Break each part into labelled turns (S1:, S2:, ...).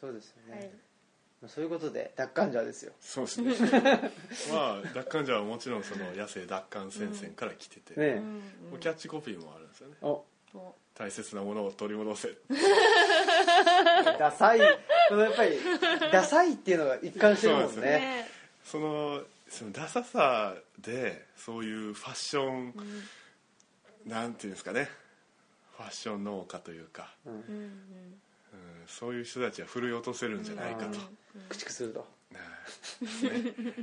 S1: そうですよね、
S2: はい
S1: まあそういうことで奪還者ですよ
S3: そうです ねまあ奪還者はもちろんその野生奪還戦線から来てて、
S1: ねえ、
S3: もうキャッチコピーもあるんですよね
S1: お
S2: も
S3: 大切なものを取り戻せ
S1: ダサいこのやっ ぱりダサいっていうのが一貫してるもん
S3: そう
S2: う
S1: ね
S2: ね
S3: そのそのダサさでそういうファッション、なんていうんですかねファッション農家というか、
S2: うんうん
S3: うん、そういう人たちは振るい落とせるんじゃないかと、
S1: 駆逐すると
S3: ね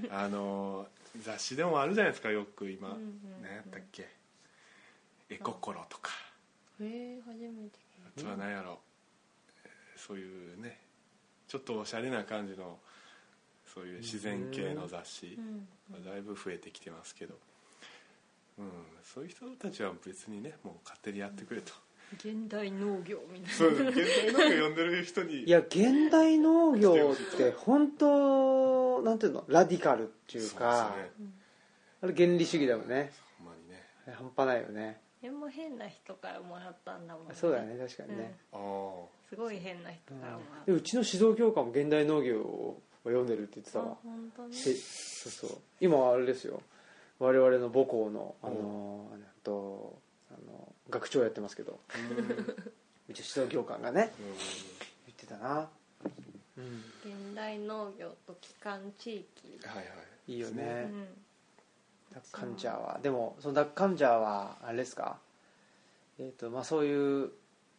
S3: あの雑誌でもあるじゃないですかよく今、
S2: うんうんうん
S3: 何やったっけ「エココロ」とか
S2: へえ初めて
S3: あとは何やろ、そういうねちょっとおしゃれな感じのそういう自然系の雑誌、
S2: 聞いたうん
S3: だいぶ増えてきてますけど、うん、そういう人たちは別にねもう勝手にやってくれと、
S2: 現代農業みたい
S3: そう現代農家呼んでる人に
S1: いや現代農業って本当なんていうのラディカルっていうか
S3: そうですね
S1: あれ原理主義だよね
S3: ほんまにね
S1: あれ半端ないよね
S2: でも変な人からもらったんだもん
S1: そうだよね確かに
S2: うん
S1: ね、
S3: ああ
S2: すごい変な人
S1: うん
S2: からもらっ
S1: でうちの指導教官も現代農業を読んでるって言って
S2: た
S1: た
S2: あ
S1: わ
S2: 本当ね
S1: でそうそう今あれですよ我々の母校のあのえっとあの学長やってますけど
S3: うんうん
S1: うち指導教官がね言ってたなうん
S2: 現代農業と帰還地域
S3: はいはい
S1: いいよね
S2: うん
S1: ダッカンジャーはでもそのダッカンジャーはあれですかえっ、とまあそういう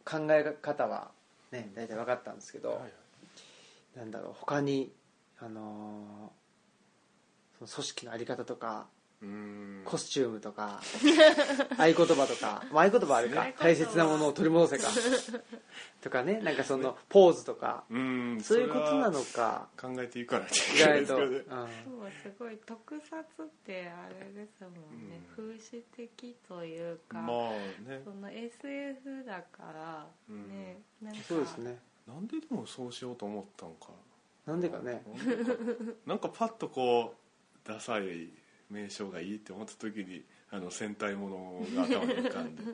S1: 考え方はね大体分かったんですけど、
S3: はいはい
S1: なんだろう他にあのーその組織のあり方とか
S3: うん
S1: コスチュームとか、合言葉と か、まあ、合言葉あれか
S2: 合言葉
S1: 大切なものを取り戻せかとかねなんかそのポーズとか
S3: うん
S1: そういうことな
S3: そ
S1: のか
S3: れは考えていかないとい
S1: 意
S3: けな
S1: 外
S3: いです
S1: と、
S3: け
S1: う
S3: ど
S1: ん
S3: ね、
S2: そうすごい特撮ってあれですもんね、
S3: う
S2: 風刺的というか、
S3: まあね
S2: その SF だからね、なんか
S1: そうですね
S3: なんででもそうしようと思ったのか
S1: なんでかね
S3: なんかなんかパッとこうダサい名称がいいって思った時にあの戦隊ものが頭に浮かんで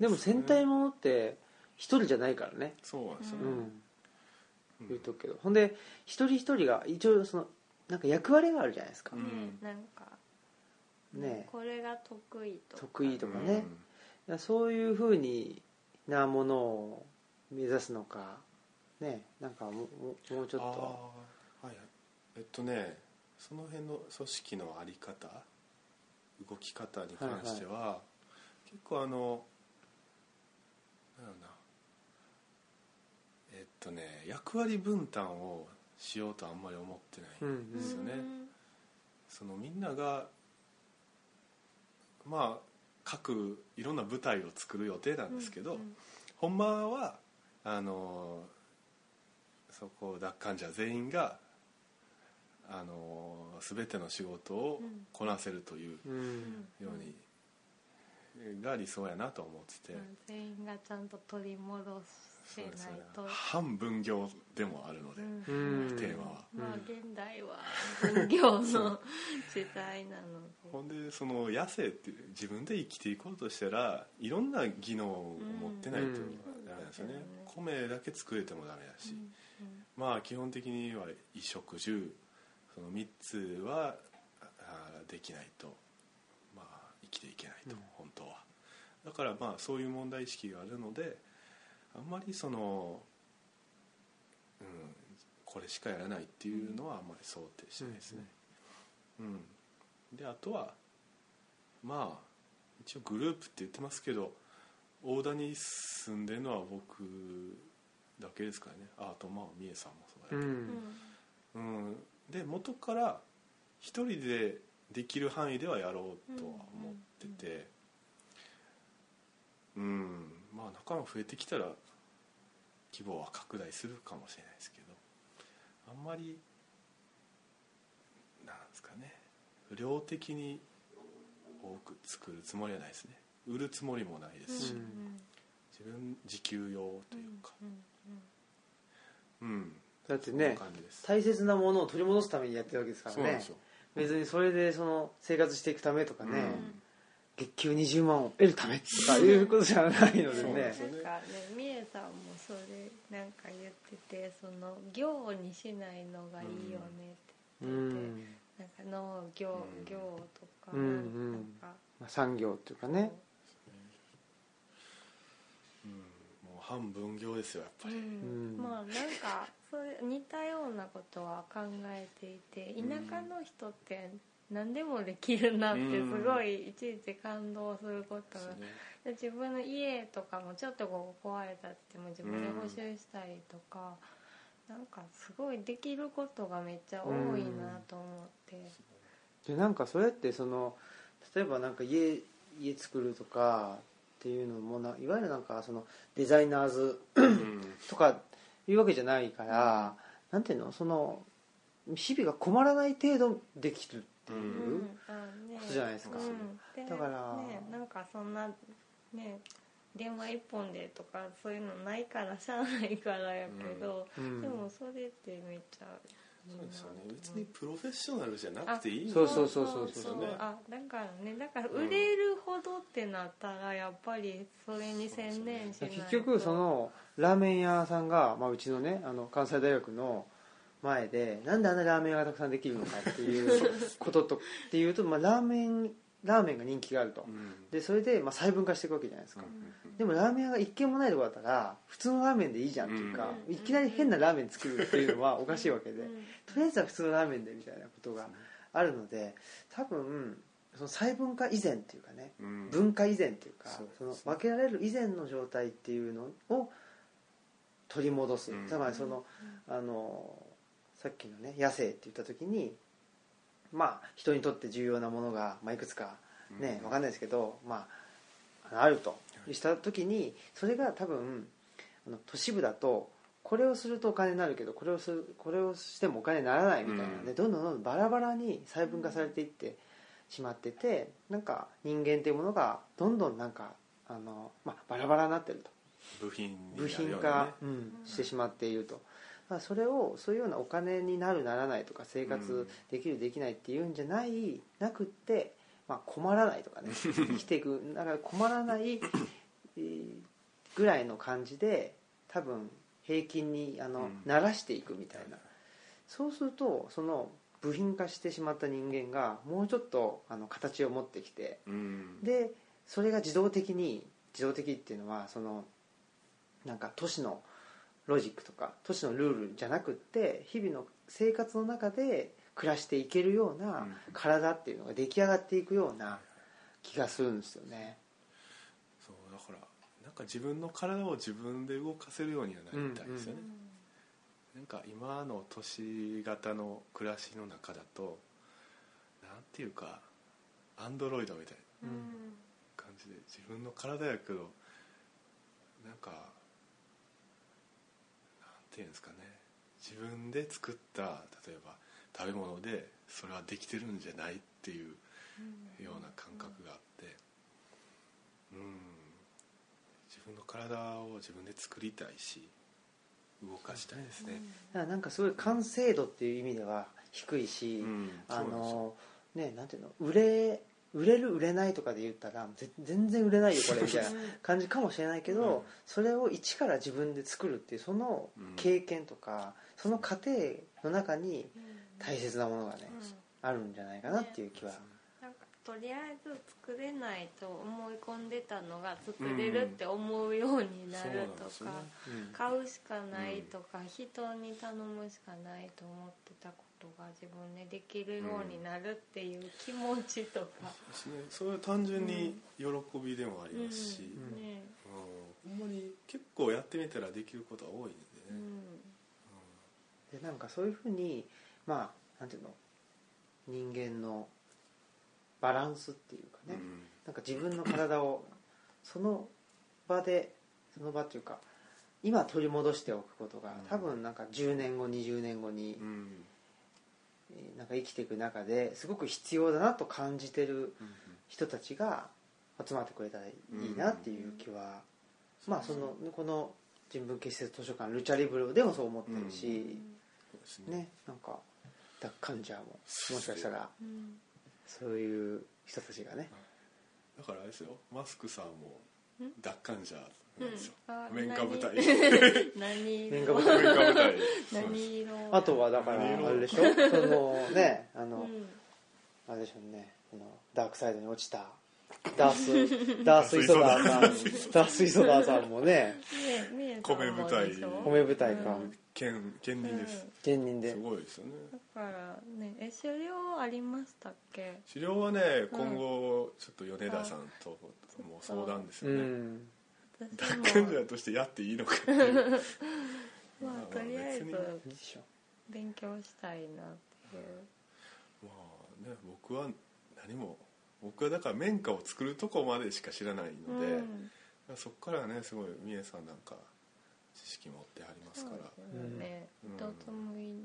S1: でも戦隊ものって一人じゃないからね
S3: そうなんですよ
S1: う
S3: ね、
S1: ん言うとくけどほんで一人一人が一応そのなんか役割があるじゃないですか、
S3: うん
S2: ねなんか、
S1: ね
S2: これが得意とか
S1: 得意とか
S3: うん
S1: ね、いやそういうふうになものを目指すのかねなんかもももうちょっと
S3: あーはいはいえっとねその辺の組織のあり方動き方に関しては、結構あのなんだろうなえっとね役割分担をしようとあんまり思ってない、
S1: うん
S2: うん
S3: ですよねそのみんながまあ各いろんな舞台を作る予定なんですけど、
S2: うん
S3: ほんまはあのそこ奪還者全員があの全ての仕事を
S2: うん
S3: こなせるという
S1: うん、
S2: うん
S3: ように、が理想やなと思ってて、
S2: うん全員がちゃんと取り戻せ
S3: そう
S2: ない
S3: ですね
S2: と、
S3: 半分業でもあるので、
S2: うん
S1: うん
S3: テーマは。
S2: まあ
S1: うん
S2: 現代は分業の時代なので
S3: ほんでその野生って自分で生きていこうとしたらいろんな技能を持ってないとダメなんですよね、
S2: う
S3: 米だけ作れてもダメだし、
S2: うんうん
S3: まあ基本的には衣食住その3つはあーできないと、まあ、生きていけないと、
S1: うん
S3: 本当はだからまあそういう問題意識があるのであんまりその、うん、これしかやらないっていうのはあんまり想定してないですね、うん、であとはまあ一応グループって言ってますけど大田に住んでるのは僕だけですからねああとまあ三重さんもそう
S1: う
S3: だけど
S1: ん
S3: うん、で元から一人でできる範囲ではやろうとは思っててうん、まあ仲間増えてきたら規模は拡大するかもしれないですけどあんまりなんですかね量的に多く作るつもりはないですね売るつもりもないで
S2: うん
S3: すし、
S1: うん
S3: 自分自給用というか
S2: うんうん
S3: うん、
S1: だって
S3: そんな
S1: ね
S3: 感じです
S1: 大切なものを取り戻すためにやってるわけですから
S3: そうなんで
S1: ね
S3: すよ、
S1: 別にそれでその生活していくためとか
S3: う
S1: ね、
S3: ん
S1: 月給20万を得るためとかいうことじゃないので
S3: そうなん
S1: ね
S3: ですよ
S2: なんか
S3: ね
S2: ね、三重さんもそれなんか言っててその行にしないのがいいよねって
S1: う
S2: 言ってて、
S1: ん、
S2: なんか農業
S3: うん
S2: 業とか、
S1: うんうん
S2: なんか
S1: まあ、産業っていうかね
S3: うん、もう半分業ですよやっぱ
S2: う
S3: り、
S2: ん
S1: うん
S2: まあなんかそれ似たようなことは考えていて田舎の人って何でもできるなって
S3: うん
S2: すごいいちいち感動すること
S3: です
S2: が
S3: ね
S2: で自分の家とかもちょっとこう壊れたっても自分で補修したりとか、なんかすごいできることがめっちゃ多いなと思って、
S1: でなんかそれってその例えばなんか家家作るとかっていうのもないわゆるなんかそのデザイナーズ
S3: うん
S1: とかいうわけじゃないから、なんていうのその日々が困らない程度できるっていう
S2: うん
S1: う、
S2: あね
S1: ことじゃないですか
S2: うん、で
S1: だから
S2: ねなんかそんなね電話一本でとかそういうのないからしゃあないからやけど、
S1: うん
S2: でもそれってめっちゃいい
S3: そう
S2: な
S3: ですよね別にプロフェッショナルじゃなくていい
S1: あ
S3: の
S1: そうそうそうそう
S3: そうそう
S2: あだからねだから売れるほどってなったらやっぱりそれに専念しないと
S1: 結局そのラーメン屋さんが、まあ、うちのねあの関西大学の前でなんであんなラーメン屋がたくさんできるのかっていうこととっていうと、まあ、ラーメンラーメンが人気があると
S3: うん
S1: でそれで、まあ、細分化していくわけじゃないですか、
S3: うん
S1: でもラーメン屋が一軒もないとこだったら普通のラーメンでいいじゃんっていうか、
S2: うん
S1: いきなり変なラーメン作るっていうのは お
S2: お
S1: かしいわけで、とりあえずは普通のラーメンでみたいなことがあるので多分その細分化以前っていうかね
S3: うん
S1: 文化以前っていうか、
S3: そう
S1: その分けられる以前の状態っていうのを取り戻す、
S3: うん
S1: だからその,、あのさっきのね野生って言った時にまあ人にとって重要なものが、まあ、いくつかね、わかんないですけど、まああの、あると
S3: い
S1: した時にそれが多分あの都市部だとこれをするとお金になるけどこれをするこれをしてもお金にならないみたいなね、
S3: うん
S1: どんどんどんどんバラバラに細分化されていってしまっててなんか人間っていうものがどんどんなんかあの、まあ、バラバラになってると。
S3: 部品にな
S1: 部
S3: るようにね
S1: 品化、うんしてしまっていると、まあそれをそういうようなお金になるならないとか生活できるできないっていうんじゃないなくって、まあ、困らないと かね生きていくだから困らないえーぐらいの感じで多分平均にあ
S3: う
S1: の
S3: ん
S1: 慣らしていくみたいな、そうするとその部品化してしまった人間がもうちょっとあの形を持ってきて
S3: うん
S1: でそれが自動的に自動的っていうのはそのなんか都市のロジックとか都市のルールじゃなくって日々の生活の中で暮らしていけるよう
S3: う
S1: なん体っていうのが出来上がっていくような気がするんですよね。
S3: そうだからなんか自分の体を自分で動かせるようにはなりたいですよね、なんか今の都市型の暮らしの中だとなんていうかアンドロイドみたいな感じで自分の体やけどなんかなんていうんですかね自分で作った例えば食べ物でそれはできてるんじゃないっていうような感覚があってうん自分の体を自分で作りたいし動かしたいですね、
S1: だからなんかすごい完成度っていう意味では低いし、
S3: うん
S1: あ
S3: そう
S1: のねなんていうの売れ売れる売れないとかで言ったらぜ全然売れないよこれみたいな感じかもしれないけど、
S3: うん
S1: それを一から自分で作るっていうその
S3: うん
S1: 経験とか、その過程の中に大切なものがね、あるんじゃないかなっていう気は、
S2: なんかとりあえず作れないと思い込んでたのが作れるって思うようになると
S3: そう
S2: か
S3: なんですね、
S1: うん
S2: 買うしかないとか、人に頼むしかないと思ってたことが自分でできるようになるっていう気持ちとか、
S3: ですねそれは単純に喜びでもありますし、
S1: ん
S2: ね
S3: うんほんまに結構やってみたらできることは多いん
S2: う
S3: でね、
S2: ん
S1: でなんかそういうふうにまあなんていうの人間のバランスっていうかね、
S3: うん
S1: なんか自分の体をその場でその場っていうか今取り戻しておくことが
S3: うん
S1: 多分なんか10年後20年後に
S3: うん
S1: えーなんか生きていく中ですごく必要だなと感じてる人たちが集まってくれたらいいなっていう気は、まあそのこの人文結成図書館ルチャリブロでもそう思ってるし、
S3: そうです
S1: ねなんかダッカンジャーもも
S3: そう
S1: しかしたら
S2: うん
S1: そういう人たちがね
S3: だからあれですよマスクさんも
S2: ん
S3: 奪還者なんですよ
S2: あ
S3: 綿花舞台
S2: 何
S1: 綿花舞
S2: 何色
S3: アメリカ舞台
S2: 何色
S1: あとはだから
S3: 何色
S1: あれでしょそのねあ
S2: う
S1: の、
S2: ん
S1: あれでしょうねあのダークサイドに落ちたダースダースイソダーさんダースイソダーさんもね
S2: みえみえさんもでしょ
S3: 米
S1: 米舞
S3: 舞台
S1: 台か
S2: うん
S3: 県県民です、
S1: 芸人です
S3: ごいですよね
S2: だからねえ狩猟ありましたっけ
S3: 狩猟はね今後ちょっと米田さんともう相談です
S1: う
S3: よね、
S1: ん
S2: 私
S3: ダッカン
S2: も
S3: ジャーとしてやっていいのかっていう
S2: まあとりあえ
S3: 別に
S2: ず
S1: いいでしょ
S2: 勉強したいなっていう
S3: まあね僕は何も僕はだから綿花を作るとこまでしか知らないので、
S2: うん
S3: そこからねすごい三重さんなんか知識持ってはりますから
S2: そうですよね
S3: うん
S2: 一つも入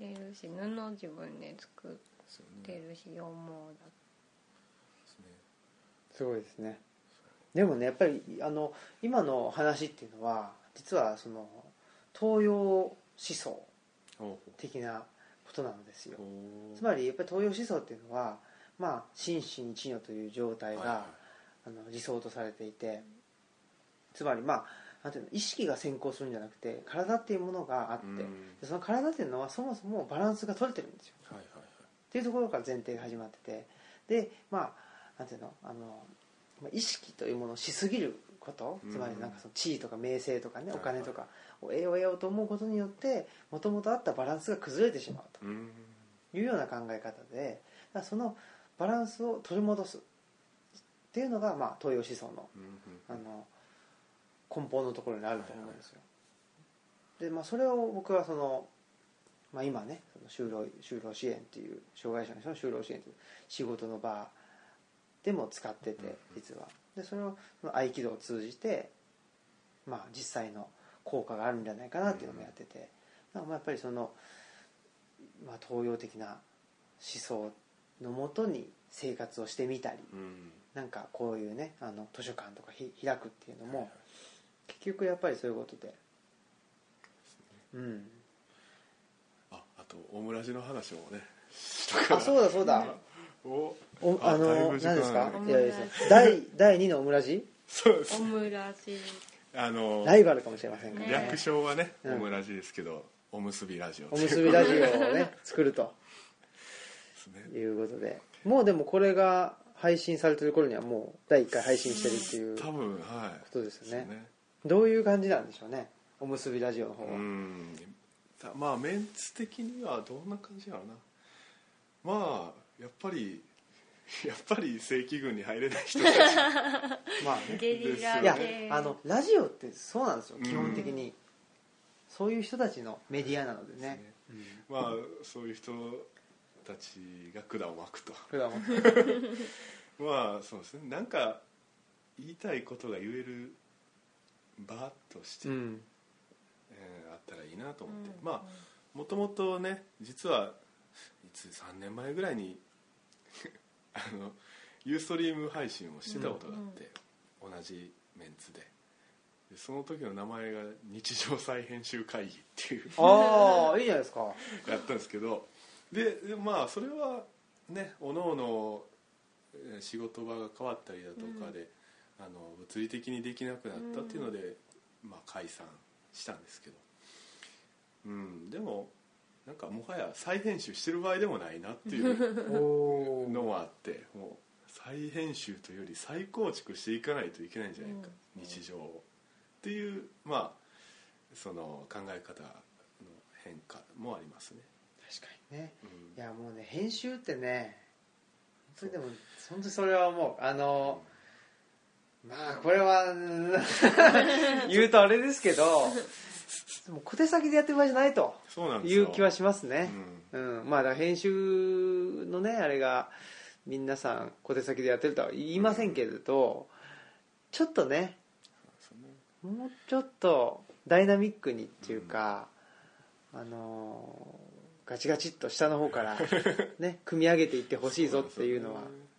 S2: れるし布自分で作っ
S3: ですよ
S2: て
S3: ね
S2: るし羊毛だ
S3: ですね
S1: すごいですねでもねやっぱりあの今の話っていうのは実はその東洋思想
S3: おう
S1: 的なことなんですよ
S3: おう
S1: つまりやっぱり東洋思想っていうのはまあ心身一如という状態が、
S3: はいは
S1: あの理想とされていてつまりまあなんていうの意識が先行するんじゃなくて体っていうものがあっ
S3: い
S1: て、
S3: うん
S1: でその体っていうのはそもそもバランスが取れてるんですよ
S3: はいはい
S1: っていうところから前提が始まっててでまあなんていうのあのまあ意識というものをしすぎること
S3: うん
S1: つまりなんかその地位とか名声とかね
S3: はい
S1: お金とかを得よう得ようと思うことによってもともとあったバランスが崩れてしまうと
S3: はいうん
S1: いうような考え方でだからそのバランスを取り戻すっていうのが、まあ、東洋思想の
S3: うん
S1: あの根本のところにあると思うんですよ、でまあそれを僕はその、まあ、今ねその就労就労支援っていう障害者の人の就労支援という仕事の場でも使って
S3: うんうん
S1: て実はでそれをその合気道を通じて、まあ、実際の効果があるんじゃないかなっていうのもやってて、なんかまあやっぱりその、まあ、東洋的な思想のもとに生活をしてみたり
S3: うんうん
S1: なんかこういうねあの図書館とかひ開くっていうのも、
S3: はいはい
S1: 結局やっぱりそういうことでうん
S3: ああとオムラジの話もね
S1: あそうだそうだ
S3: お
S1: お
S3: あ
S1: あ
S3: だい
S1: の
S3: ぶ
S1: 何
S3: 時間
S1: ですか
S3: あ
S2: る
S1: いやいやいや第第2のオムラジ
S3: そうです
S2: オムラジ
S3: あの
S1: ライバルかもしれませんが、
S2: ね
S3: 略称はね
S1: うん
S3: オムラジですけどおむすびラジオ
S1: おむすびラジオをね作ると
S3: ですね
S1: いうことでもうでもこれが配信されてる頃にはもう第1回配信してるっていう
S3: 多
S1: こ
S3: 分はい
S1: とですよね
S3: そう
S1: どういう感じなんでしょうねおむすびラジオの方は、
S3: うんたまあメンツ的にはどんな感じやろなまあやっぱりやっぱり正規軍に入れない人たち
S1: まあね
S2: ゲリラ
S1: いや
S2: 系
S1: あのラジオってそうなんですよ
S3: うん
S1: 基本的に、そういう人たちのメディアなのでねうん
S3: まあそういう人たちが管を巻くと
S1: これはもう
S3: まあそうですねなんか言いたいことが言える場として、
S1: うん
S3: えーあったらいいなと思って、
S2: うん
S3: まあもともとね実はいつ3年前ぐらいに あのユーストリーム配信をしてたことがあって、同じメンツででその時の名前が日常再編集会議っていう
S1: ああいいじゃないですか
S3: やったんですけどででまあそれはねおのおのえー仕事場が変わったりだとかで、あの物理的にできなくなったっていうので、まあ、解散したんですけど、うん、でもなんかもはや再編集してる場合でもないなって いう
S1: おお
S3: のもあってもう再編集というより再構築していかないといけないんじゃないか、
S2: うん
S3: 日常をっていうまあその考え方の変化もありますね。
S1: 確かにね
S3: うん
S1: いやもうね編集ってねそれでも本当にそれは思うあのまあこれはうん 言うとあれですけどもう小手先でやってる場合じゃないと
S3: そうなんです
S1: い
S3: よ
S1: う気はします
S3: う
S1: ね
S3: ん
S1: うん、まあだから編集のねあれが皆さん小手先でやってるとは言いませんけれど、ちょっとね
S3: そうね
S1: もうちょっとダイナミックにっていうか、あのーガチガチっと下の方から、 ね、組み上げていってほしいぞっていうのは
S3: そうなんです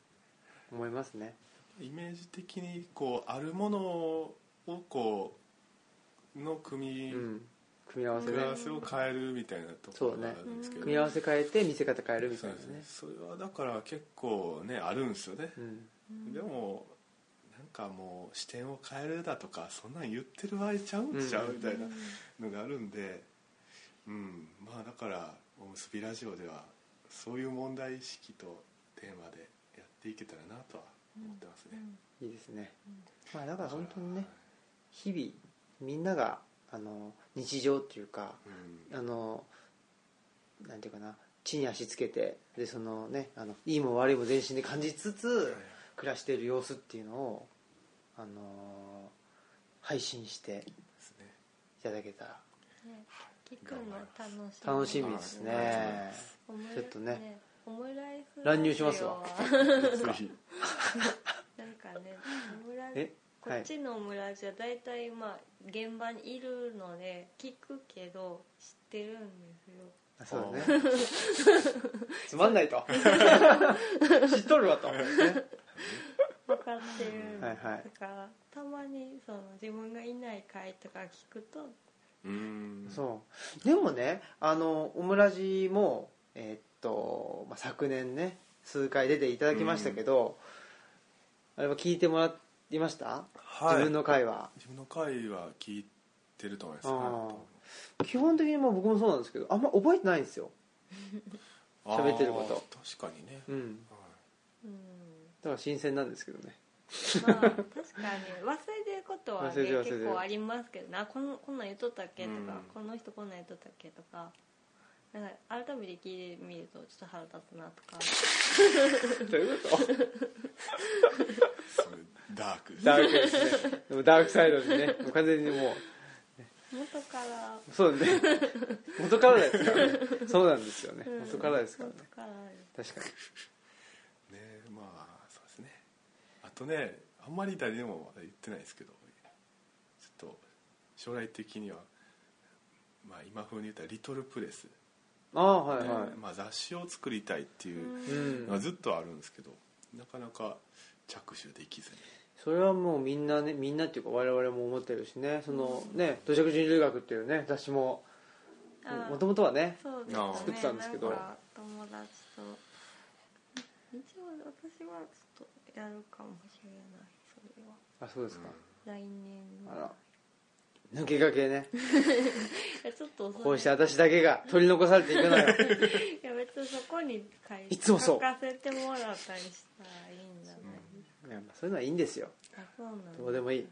S1: 思いますね。
S3: よねイメージ的にこうあるものをこうの組
S1: う
S3: み
S1: ん、組み合わせ
S3: 組
S1: ね
S3: み合わせを変えるみたいなところがあるんですけど
S1: 組み合わせ変えて見せ方変えるみた
S3: そ
S1: いうな
S3: ですね
S1: ね。
S3: それはだから結構ねあるんですよね
S1: う、ん、
S3: でもなんかもう視点を変えるだとかそんなん言ってる場合ちゃうんちゃう
S1: うん
S3: みたいなのがあるんでうんまあだから「おむすびラジオ」ではそういう問題意識とテーマでやっていけたらなとは思ってますね。
S1: いいですね
S2: うん
S1: まあだから本当にね
S3: だか
S1: 日々みんながあの日常っていうから
S3: うん
S1: あのなんていうかな地に足つけてでそのねあのいいも悪いも全身で感じつつ暮らしている様子っていうのをあの配信して
S3: ですね
S1: いただけたら
S2: ね聞くの楽しみ
S1: 楽しみです
S3: ありがとうござい
S1: ね
S3: ます
S1: ちょっとね
S2: オムライス
S1: 乱入しますわ
S2: ラジオは
S3: ぜひ
S2: なんかねオムライ
S1: え
S2: こっちのオムライスは大体まあ現場にいるので聞くけど知ってるんですよ
S1: あそうだ ねつまんないと知っとるわと、ね
S2: 分かってるんで
S1: はいはい
S2: だからたまにその自分がいない回とか聞くと
S3: うん
S1: そうでもねあのオムラジも、えーっとまあ、昨年ね数回出ていただきましたけど、あれは聞いてもらいました、
S3: はい
S1: 自分の回は
S3: 自分の回は聞いてると思います
S1: あー基本的にもう僕もそうなんですけどあんま覚えてないんですよ、
S3: あー
S1: 喋ってること
S3: 確かにね、
S1: うん、
S3: は
S2: うん
S1: だから新鮮なんですけどね
S2: まあ確かに忘れてることは
S1: 忘れ
S2: ね
S1: てる忘れてる
S2: 結構ありますけどなこのこんなん言っとったっけとか、
S3: うん
S2: この人こんなん言っとったっけとかなんか改めて聞いてみるとちょっと腹立つなとか
S1: どういうこと
S3: いそれダーク
S1: ダークですねでもダークサイドでねもう完全にもう
S2: 元から
S1: そうね元からですからねそうなんですよね
S2: うん
S1: 元からですからね
S2: 元からです
S1: 確かに
S3: ねまあそうですねあとねあんまり誰でも言ってないですけどちょっと将来的には、まあ、今風に言ったら「リトルプレス」
S1: ああはいはい、
S3: まあ、雑誌を作りたいっていう
S1: う
S2: うん
S1: ん
S3: のはずっとあるんですけど、なかなか着手できずに
S1: それはもうみんなねみんなっていうか我々も思ってるしねそのね土着人類学っていうね雑誌も
S2: あ
S1: もともとはね
S2: そうです
S3: あ
S2: ね
S3: ー
S1: 作ってたんですけど
S2: なんか友達と一応私はちょっとやるかもしれないそれは
S1: あそうですか、
S2: 来年の
S1: あら抜け駆けね
S2: いやちょっと遅い
S1: こうして私だけが取り残されていく のよ
S2: いや別にそこに対
S1: いつもそう
S2: 書かせてもらったりしたらいいんじゃない
S1: いやまあそういうのはいいんですよ
S2: あそうなんだ
S1: どうでもいい
S2: うん
S1: い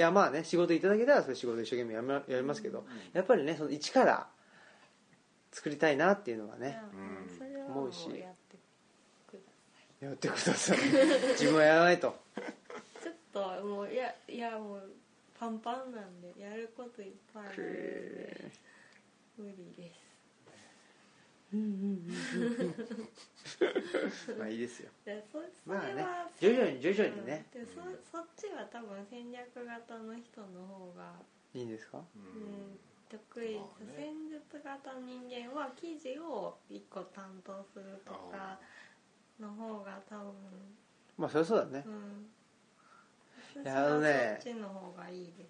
S1: やまあね仕事いただけたらそういう仕事一生懸命やめやりますけど、やっぱりねその一から作りたいなっていうのはね、
S2: いや
S3: うん
S2: それは
S1: 思
S2: も
S1: うし
S2: うやってくだ
S1: やってください自分はやらない と
S2: さいちょっともういやいやもうパンパンなんでやることいっぱいあるんで無理です
S1: まあいいですよ
S2: でそそれ
S1: まあ
S2: は、
S1: ね徐々に徐々にね
S2: うんでそそっちは多分戦略型の人の方が
S1: いいんですか
S3: うん
S2: うん得意、
S3: まあね
S2: 戦術型の人間は記事を1個担当するとかの方が多分
S1: まあそりゃそうだね
S2: うん
S1: いやあのね
S2: そっちの方がいいです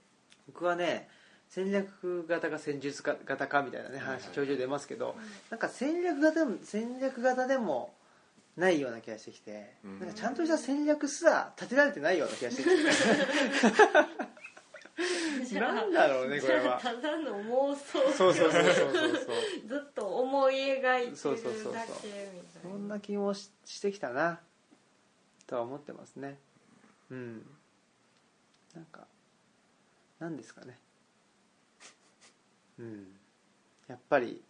S1: 僕はね戦略型か戦術型かみたいなね
S3: はいはい
S1: 話ちょいちょい出ますけどなんか戦略型でも戦略型でもないような気がしてきて、
S3: うん
S1: なんかちゃんとした戦略すら立てられてないような気がしてきてなんだろうねこれは
S2: ただの妄想
S1: そうそうそうそうそうそう
S2: ずっと思い描いてるだけみたいな
S1: そうそうそうそうそんな気もししてきたなとは思ってますねうんなんかなんですかねうんやっぱり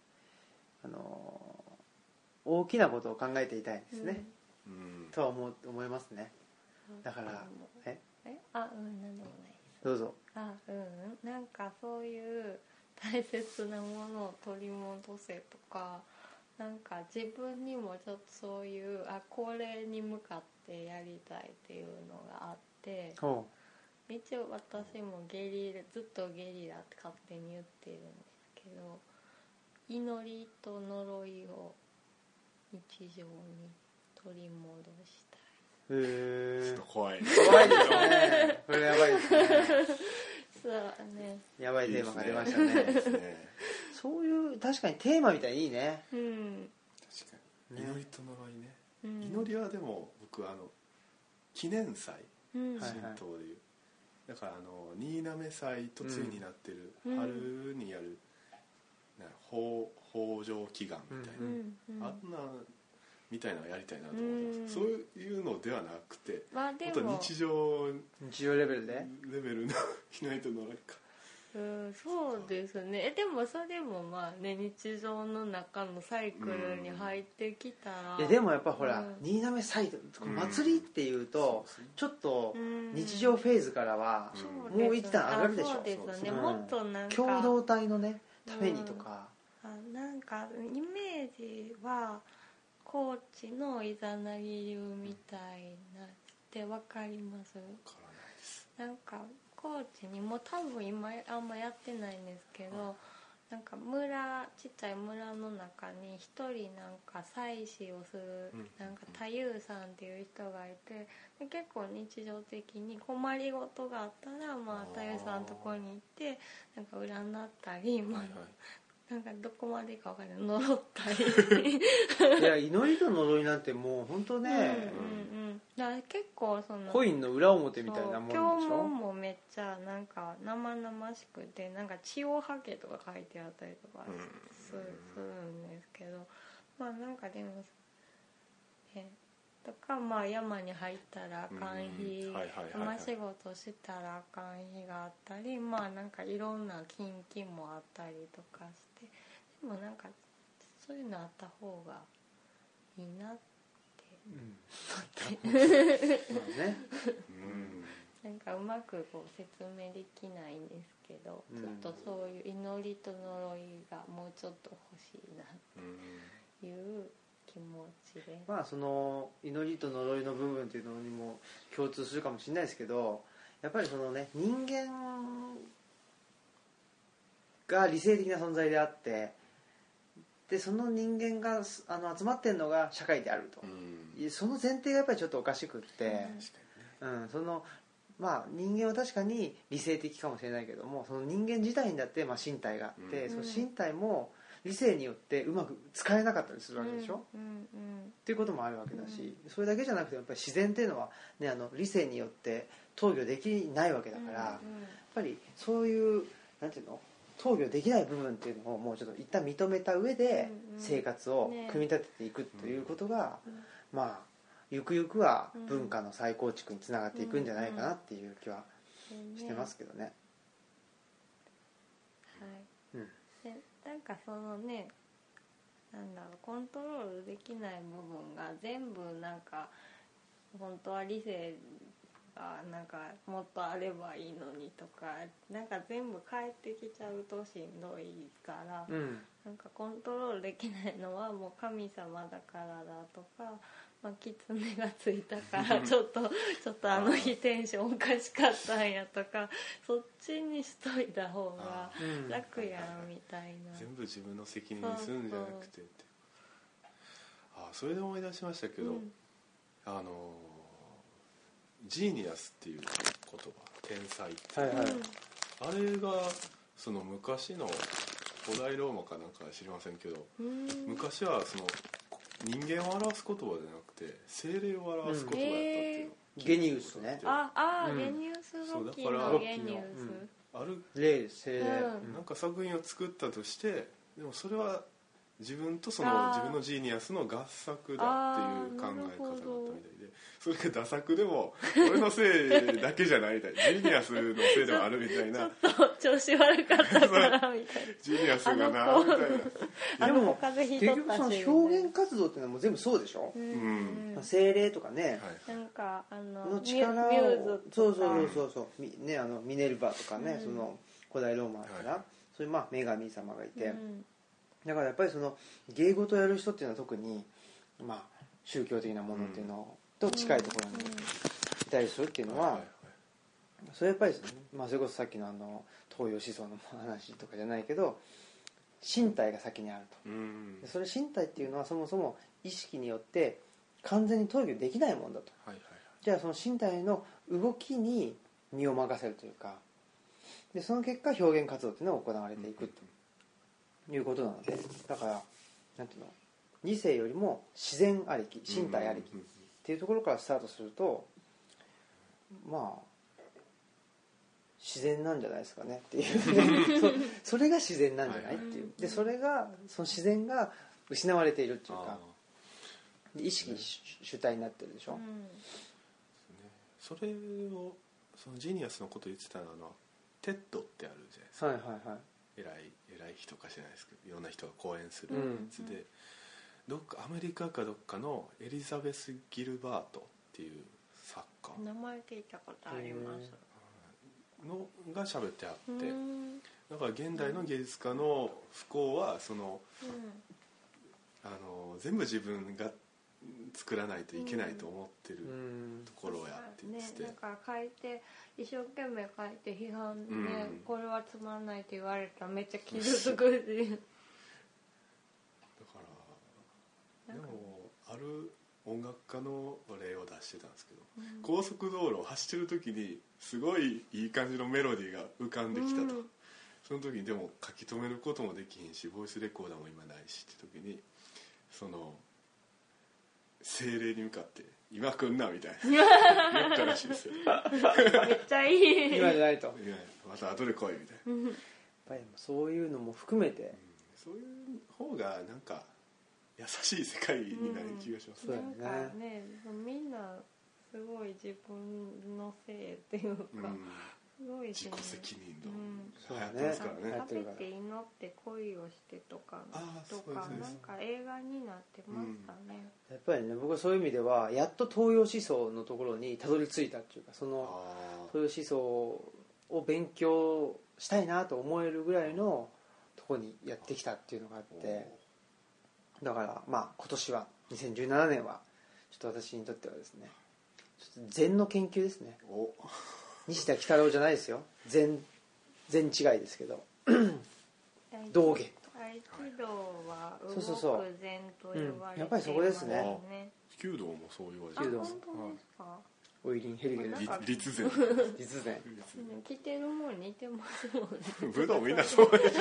S1: あのー大きなことを考えていたいですね、
S3: うん
S1: とは思う思いますね
S2: うん
S1: だからえ
S2: えあうんなんでもない
S1: どうぞ
S2: あうんなんかそういう大切なものを取り戻せとかなんか自分にもちょっとそういうあこれに向かってやりたいっていうのがあって
S1: ほ
S2: 一応私もゲリラずっとゲリラって勝手に言ってるんですけど祈りと呪いを日常に取り戻したいう
S1: へ
S3: ちょっ
S1: え
S3: と怖いね
S1: 怖いですね これやばいですね
S2: そうね
S1: やばいテーマが出ました
S3: いい
S1: ね
S3: ですね
S1: そういう確かにテーマみたいにいいね
S2: うん、
S3: 確かに
S1: ね
S3: 祈りと呪いね、
S2: うん、
S3: 祈りはでも僕あの記念祭
S2: ううん
S1: はい
S3: 神道でいう、だからあの新滑祭と対になってる、
S2: うん
S3: 春にやるな豊豊穣祈願みたい
S2: うんうん
S3: な、あんなみたいなのやりたいなと思います、
S2: うん
S3: そういうのではなくて
S2: まあで
S3: 本当
S2: も、
S3: 日常
S1: 需要レベルで
S3: レベルの ひないとのなんか
S2: うん、そうですねえでもそれもまあね日常の中のサイクルに入ってきたら
S1: いやでもやっぱほ
S2: う
S1: ら
S2: ん
S1: 新滑祭
S3: うん
S1: 祭りっていうと
S3: そうですね
S1: ちょっと
S2: うん
S1: 日常フェーズからは
S3: うん
S2: そうです
S1: もう一段上がるでしょ
S2: あそうですね
S1: うん
S2: もっとなんか
S1: 共同体のねためにとか
S2: あなんかイメージは高知のイザナギ流みたいなってわかります
S3: わからないです
S2: なんか高知にも多分今あんまやってないんですけどなんか村ちっちゃい村の中に一人なんか祭祀をする
S3: うん
S2: なんか太夫さんっていう人がいてで結構日常的に困りごとがあったらまあ
S3: あ
S2: 太
S3: ー
S2: 夫さんのとこに行ってなんか占ったりま
S3: は
S2: あ
S3: いはい
S2: なんかどこまでかわかんない呪った り
S1: いや祈りと呪いなんてもう本当
S2: うん
S1: ね
S2: うんうんだから結構その
S1: コインの裏表みたいなもんでし
S2: そう教
S1: ょ
S2: 文もめっちゃなんか生々しくてなんか血を吐けとか書いてあったりとか
S3: うん
S2: す,、するんですけどまあなんかでもねとかまあ山に入ったらあかん日、
S3: うんはいはいはいはい
S2: 山仕事したらあかん日があったりまあなんかいろんな禁忌もあったりとかしてでもなんかそういうのあった方がいいなって
S1: うんそうね
S3: う
S2: な
S3: ん
S2: んかうまくこう説明できないんですけど、
S1: うん
S2: ちょっとそういう祈りと呪いがもうちょっと欲しいな
S3: うん
S2: という気持ちで、
S1: まあその祈りと呪いの部分っていうのにも共通するかもしれないですけどやっぱりそのね人間が理性的な存在であってでその人間がすあの集まってるのが社会であると
S3: う、ん
S1: いその前提がやっぱりちょっとおかしくって、
S3: 確かにね
S1: うんそのまあ人間は確かに理性的かもしれないけどもその人間自体にだってまあ身体があって、
S3: うん
S1: その身体も理性によってうまく使えなかったりするわけでしょ、
S2: うんうん
S1: っていうこともあるわけだし、それだけじゃなくてやっぱり自然っていうのは、ね、あの理性によって投与できないわけだから、やっぱりそういうなんていうの投与できない部分っていうのをもうちょっと一旦認めた上で
S2: うんうん
S1: 生活を
S2: ね
S1: 組み立てていくということが、
S2: うん
S1: まあゆくゆくは文化の再構築につながっていくんじゃないかなっていう気は
S2: うんうん
S1: してますけどね。
S2: は
S1: う
S2: い、
S1: ん
S2: でなんかそのねなんだろうコントロールできない部分が全部なんか本当は理性がなんかもっとあればいいのにとかなんか全部返ってきちゃうとしんどいから、
S1: うん
S2: なんかコントロールできないのはもう神様だからだとか。まあ、狐がついたからちょっとちょっとあの日テンションおかしかったんやとかそっちにしといた方が
S3: あ
S1: うん
S2: 楽やんみたいな
S3: 全部自分の責任にするんじゃなくてってあそれで思い出しましたけど、
S2: うん
S3: あのジーニアスっていう言葉天才って、
S1: はいはい
S3: あれがその昔の古代ローマかなんかは知りませんけど
S2: うんうん
S3: 昔はその人間を表す言葉じゃなくて精霊を表す言葉やったっていう、
S2: うん
S1: ゲニウスね
S2: ああ、
S1: うん
S2: ゲニウスロッキー
S3: そうだ
S1: から
S2: のゲニ
S1: う
S2: ウ
S1: ん
S3: ある
S1: 例です精霊
S2: うん
S3: なんか作品を作ったとしてでもそれは自分とその
S2: あー
S3: 自分のジーニアスの合作だっていう考え方だったみたいでそれがダ作でも俺のせいだけじゃないみたいジーニアスのせいでもあるみたい
S2: ス、
S3: な
S2: ちょっと調子悪かった からみたい
S3: ジーニアスがなみたい
S2: あ
S3: な
S2: の子
S1: あで
S2: な
S1: も
S2: 風邪ひ
S1: 結
S2: いとっ
S1: 局
S2: たし
S1: その表現活動っていうのはもう全部そうでしょ
S2: う、ん
S3: ん
S2: うん
S1: 精霊とかね、
S3: はい
S2: なんかあの
S1: の力
S2: ミュミューズ
S1: をそうそう
S2: と
S1: そ
S2: か
S1: うそうそう、みね、あのミネルヴァとかね、
S2: うん
S1: その古代ローマから、
S3: はい
S1: そういうまあ女神様がいて、
S2: うん
S1: だからやっぱりその芸事をやる人っていうのは特に、まあ、宗教的なものっていうのと近いところに
S2: うん
S1: いたりするっていうのは、
S3: はい
S1: それやっぱりその、まあ、それこそさっきのあの東洋思想の話とかじゃないけど身体が先にあると。
S3: うん
S1: でそれ身体っていうのはそもそも意識によって完全に投与できないもんだと。
S3: はいはい
S1: じゃあその身体の動きに身を任せるというかでその結果表現活動っていうのが行われていくということなのでだからなんていうの理性よりも自然ありき身体ありきっ
S3: うん
S1: ていうところからスタートするとまあ自然なんじゃないですかねっていうそそれが自然なんじゃないっていうでそれがその自然が失われているっていうか
S3: あー
S1: で意識主主体になってるでし
S2: う
S1: ょ、
S2: ん
S3: ねそれをそのジーニアスのこと言ってたのはあのテッドってあるじゃないですか
S1: はいはいはい
S3: 偉い偉い人か知らないですけどいろんな人が講演する
S1: うん
S3: やつで、どっかアメリカかどっかのエリザベス・ギルバートっていう作家
S2: 名前聞いたことあります
S3: のが喋ってあ
S2: う
S3: っ
S2: ん
S3: て、
S2: うん
S3: だから現代の芸術家の不幸はそのあの全部自分が作らないといけないと思って
S1: う
S3: る
S1: ん
S3: ところやって言ってて、
S2: ね、なんか書いて一生懸命書いて批判で、
S3: うん
S2: これはつまんないって言われたらめっちゃ傷つくし
S3: だから
S2: なん
S3: で
S2: か
S3: もある音楽家の例を出してたんですけど
S2: うん
S3: 高速道路を走ってる時にすごいいい感じのメロディーが浮かんできたと、
S2: うん
S3: その時にでも書き留めることもできひんしボイスレコーダーも今ないしって時にその精霊に向かって「今来んな」み たいな言ったらしいですよいや
S2: めっちゃいい
S1: 今じゃない とやっ
S3: また後で来い」みたい
S2: う
S3: な、
S2: ん
S1: ぱりでもそういうのも含めて
S3: そういう方がなんか優しい世界になる気がします、
S1: そうだよね
S2: なんかねみんなすごい自分のせいっていうか、
S3: うん
S2: すごい
S3: 自己責任論
S1: うん
S3: 流行ってますから
S1: そうだ
S3: ね
S1: ね
S2: 食べて祈って恋をしてとか
S3: あー
S2: と
S3: そうで
S2: か
S3: すね
S2: なんか映画になってましたね、
S1: やっぱりね僕はそういう意味ではやっと東洋思想のところにたどり着いたっていうかそ
S3: あ
S1: の
S3: あ
S1: 東洋思想を勉強したいなと思えるぐらいのとこにやってきたっていうのがあってだからまあ今年は2017年はちょっと私にとってはですねちょっと禅の研究ですね
S3: お
S1: 西田喜太郎じゃないですよ禅禅違いですけど
S2: 大
S1: 道元
S2: 合気道は動
S1: そうそうそう
S2: く禅と言われて
S1: うんや
S2: いますね、
S1: っぱりそこですね
S3: 弓道もそう言われ
S2: あ
S3: て
S1: 弓
S2: 本
S1: 道
S2: 当
S1: も
S2: ですか、
S1: オイリン・ヘリゲル
S2: あ
S1: の
S2: なんか
S3: り立然
S1: 実禅
S2: 着てるもん似てますもんね
S3: 武道みんなそう
S1: い
S3: で
S1: や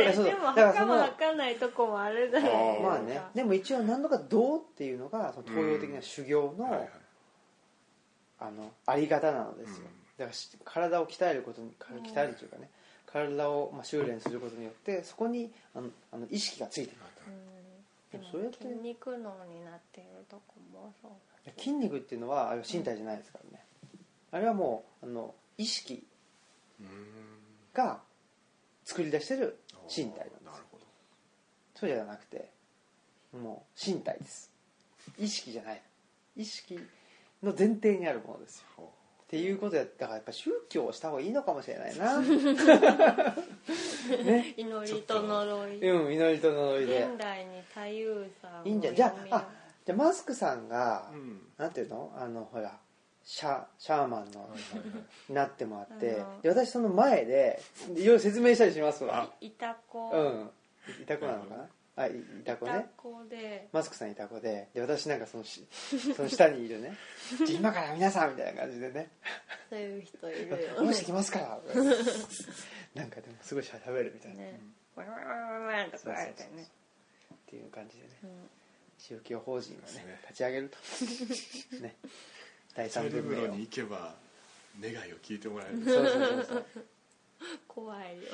S2: え
S1: そうだ
S2: でも
S1: だからそ
S2: 墓
S1: の
S2: も履かないとこもあるじゃないですか
S1: まあねでも一応何度か「道」っていうのがその東洋的な修行の,、
S3: はいはい
S1: あのあり方なのですよ、
S3: うん
S1: だからし体を鍛えることにから鍛えるというかね体をまあ修練することによってそこにあのあの意識がついてく
S2: うん、
S1: それ
S2: で
S1: っ
S2: も
S1: て
S2: 筋肉脳になってるとこもそう
S1: る筋肉っていうのはあれは身体じゃないですからね、あれはもうあの意識
S3: うん
S1: が作り出してる身体なんですよ
S3: なるほど
S1: そうじゃなくてもう身体です意識じゃない意識の前提にあるものですよ
S3: ほ
S1: っていうことやだからやっぱ宗教をした方がいいのかもしれない なね
S2: 祈りと呪い
S1: うん祈りと呪いで
S2: 現代に太夫さん
S1: いいんじゃんじゃああじゃあマスクさんが
S3: う、うん
S1: なんていうのあのほらシャシャーマンの
S3: はいはいはい
S1: になってもらって
S2: あの
S1: で私その前でいろいろ説明したりしますわ
S2: いたこ
S1: うんいいた子なのかなあいいた子
S2: いた
S1: ね
S2: こで
S1: マスクさんいた子でで私なんかその しその下にいるね「今から皆さん」みたいな感じでね
S2: そういう人いる
S1: 「
S2: よ
S1: 下ろしてきますから」なんかでもすごいしゃべるみたいなっ
S2: ねわわわわわとかあるからね
S1: ていう感じでね
S2: うん
S1: 宗教法人を
S3: そうです
S1: ね
S3: ね
S1: 立ち上げると ね第
S3: 茶
S1: 三
S3: 色
S1: 文
S3: 風
S1: 明
S3: 呂
S1: を
S3: に行けば願いを聞いてもらえる
S1: そうそうそうそう
S2: 怖いよ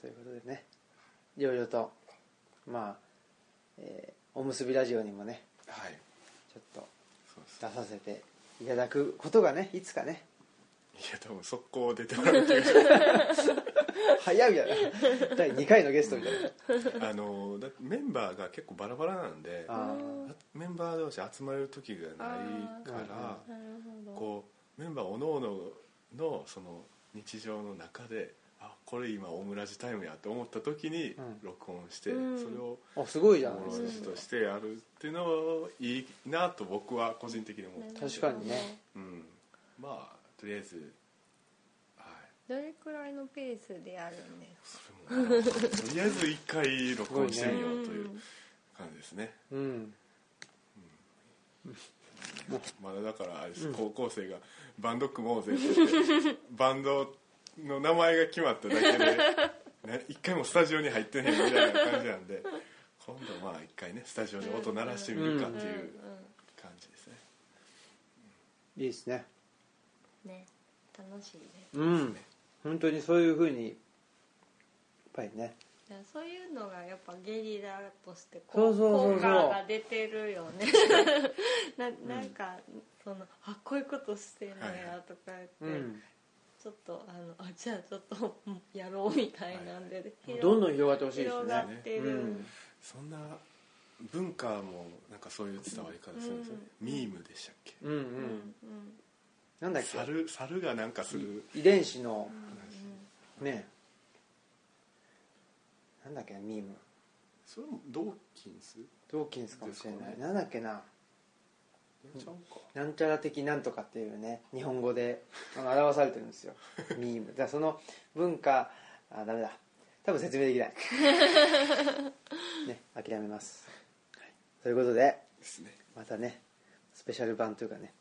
S1: ということでねいろいろとまあ、えーおむすびラジオにもね
S3: はい
S1: ちょっと
S3: そうです
S1: 出させていただくことがねいつかね
S3: いや多分速攻出てもらう気がし
S1: 早いみたい な第2回のゲストみたいな
S3: ますあのだメンバーが結構バラバラなんで
S1: あー
S2: うん
S3: メンバー同士集まれる時がないか
S1: あ
S3: ら
S2: なるほど
S3: こうメンバーおのおののその日常の中であこれ今オムラジタイムやと思った時に
S1: うん
S3: 録音して、
S2: うん
S3: それを
S1: あすごいじゃ
S3: オ
S1: ない
S3: ム
S1: です
S3: ラジとしてやるっていうのはいいなと僕は個人的に思って、
S1: 確かにね
S3: うん、まあとりあえずはい
S2: どれくらいのペースでやるんです
S3: それもとりあえず一回録音して
S2: か
S3: みようという
S2: うん
S3: 感じですね
S1: かうん
S3: まだだからあれです、高校生がバンド組もうぜって言ってバンドの名前が決まっただけで、 ね、一回もスタジオに入ってへんみたいな感じなんで今度まあ一回ねスタジオで音鳴らしてみるかっていう
S2: うん
S1: いいですね
S2: ね楽しいね
S1: うん本当にそういうふうにやっぱりね
S2: いやそういうのがやっぱゲリラとして
S1: そ
S2: こ
S1: うそうそうそう
S2: 効果が出てるよねななんか、そのあこういうことしてんねやとか
S1: う
S2: 言って、
S1: ん
S2: ちょっとあのあじゃあちょっとうんやろうみたいなんで、
S1: どんどん広がってほしいです
S2: 広が
S1: ね
S2: ってる、
S1: うん
S3: そんな文化もなんかそういう伝わり方するんですよね、ミームでしたっけ、
S1: うんう
S2: うんうん
S1: ん
S2: うん
S1: なんだっけ
S3: 猿猿がなんかする
S1: 遺伝子の
S2: うん
S1: ねなんだっけなミーム
S3: それもドーキンス
S1: ドーキンスかもしれな
S3: で
S1: い
S3: すか
S1: なんだっけな
S3: ちゃうか、
S1: なんちゃら的なんとかっていうね日本語であの表されてるん ですよミームだからその文化あダメだ多分説明でき ないね諦めます、ということで
S3: ですね
S1: またねスペシャル版というかね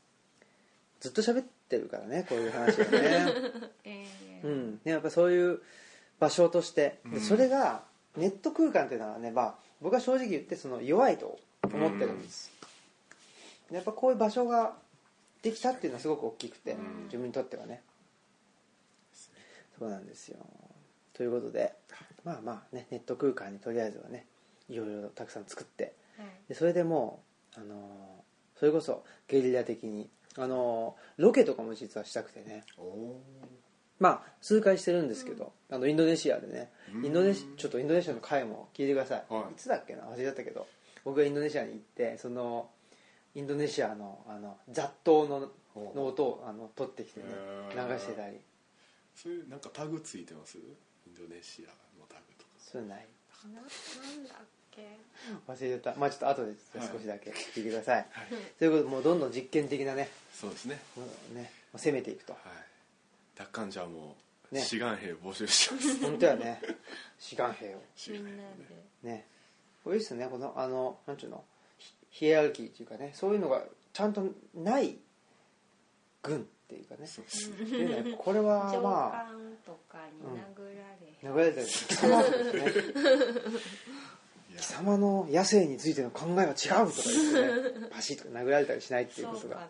S1: ずっと喋ってるからねこういう話はね
S2: ええ
S1: うんねやっぱそういう場所としてで
S3: うん
S1: それがネット空間っていうのはね、まあ、僕は正直言ってその弱いと思ってるんです、でやっぱこういう場所ができたっていうのはすごく大きくて、
S3: うん
S1: 自分にとってはねそうなんですよということでまあまあねネット空間にとりあえずはねいろいろたくさん作って
S2: はい
S1: でそれでもう、あのーそれこそゲリラ的に、あのーロケとかも実はしたくてね
S3: おお
S1: まあ数回してるんですけど、あのインドネシアでね
S3: うん
S1: インドネシちょっとインドネシアの回も聞いてください、
S3: はい
S1: つだっけな忘れちゃったけど僕がインドネシアに行ってそのインドネシアのあの雑踏の
S3: ほう
S1: の音をあの取ってきてね
S3: へー
S1: 流してたり
S3: そういうなんかタグついてますインドネシアのタグとか
S1: そういうのない
S2: ななんだっけ
S1: 忘れちゃったまあちょっと後で少しだけ聞いてください、
S3: はい
S1: ということでもうどんどん実験的なね
S3: そうですね
S1: もうね攻めていくと
S3: はい奪還者も
S1: ね
S3: 志願兵募集してます、
S1: 本当やね志願兵を
S3: 志
S2: み
S3: 願
S2: ん
S3: 兵
S2: な
S3: ね
S2: で
S1: ねこれいいっすねこのあのなんちゅうのヒヒエラルキーっていうかねそういうのがちゃんとない軍っていうかね
S3: そうですね
S1: っていうのはやっぱこれは
S2: 上
S1: まあ
S2: 官とかに殴ら
S1: 流
S2: れ、
S1: れてる貴様ですね
S3: いや
S1: 貴様の野生についての考えは違うとか言ってねパシッと殴られたりしないっていう
S2: 総
S1: こと
S2: 括
S1: が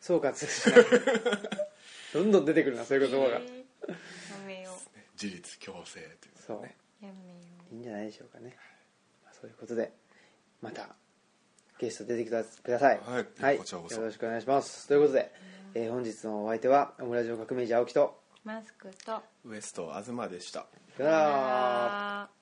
S1: 総括しない どんどん出てくるなそういう言葉が
S2: えーやめよ
S3: 自立強制という
S1: そう
S2: うやめよ
S1: いいんじゃないでしょうかねまあそういうことでまたゲスト出てきてください
S3: はい
S1: はい、よ
S3: こちらこそ
S1: ろしくお願いしますということで、えー本日のお相手はオムラジオ革命児青木と
S2: うマスクと
S3: ウエスト東でした
S1: さよなら
S2: あー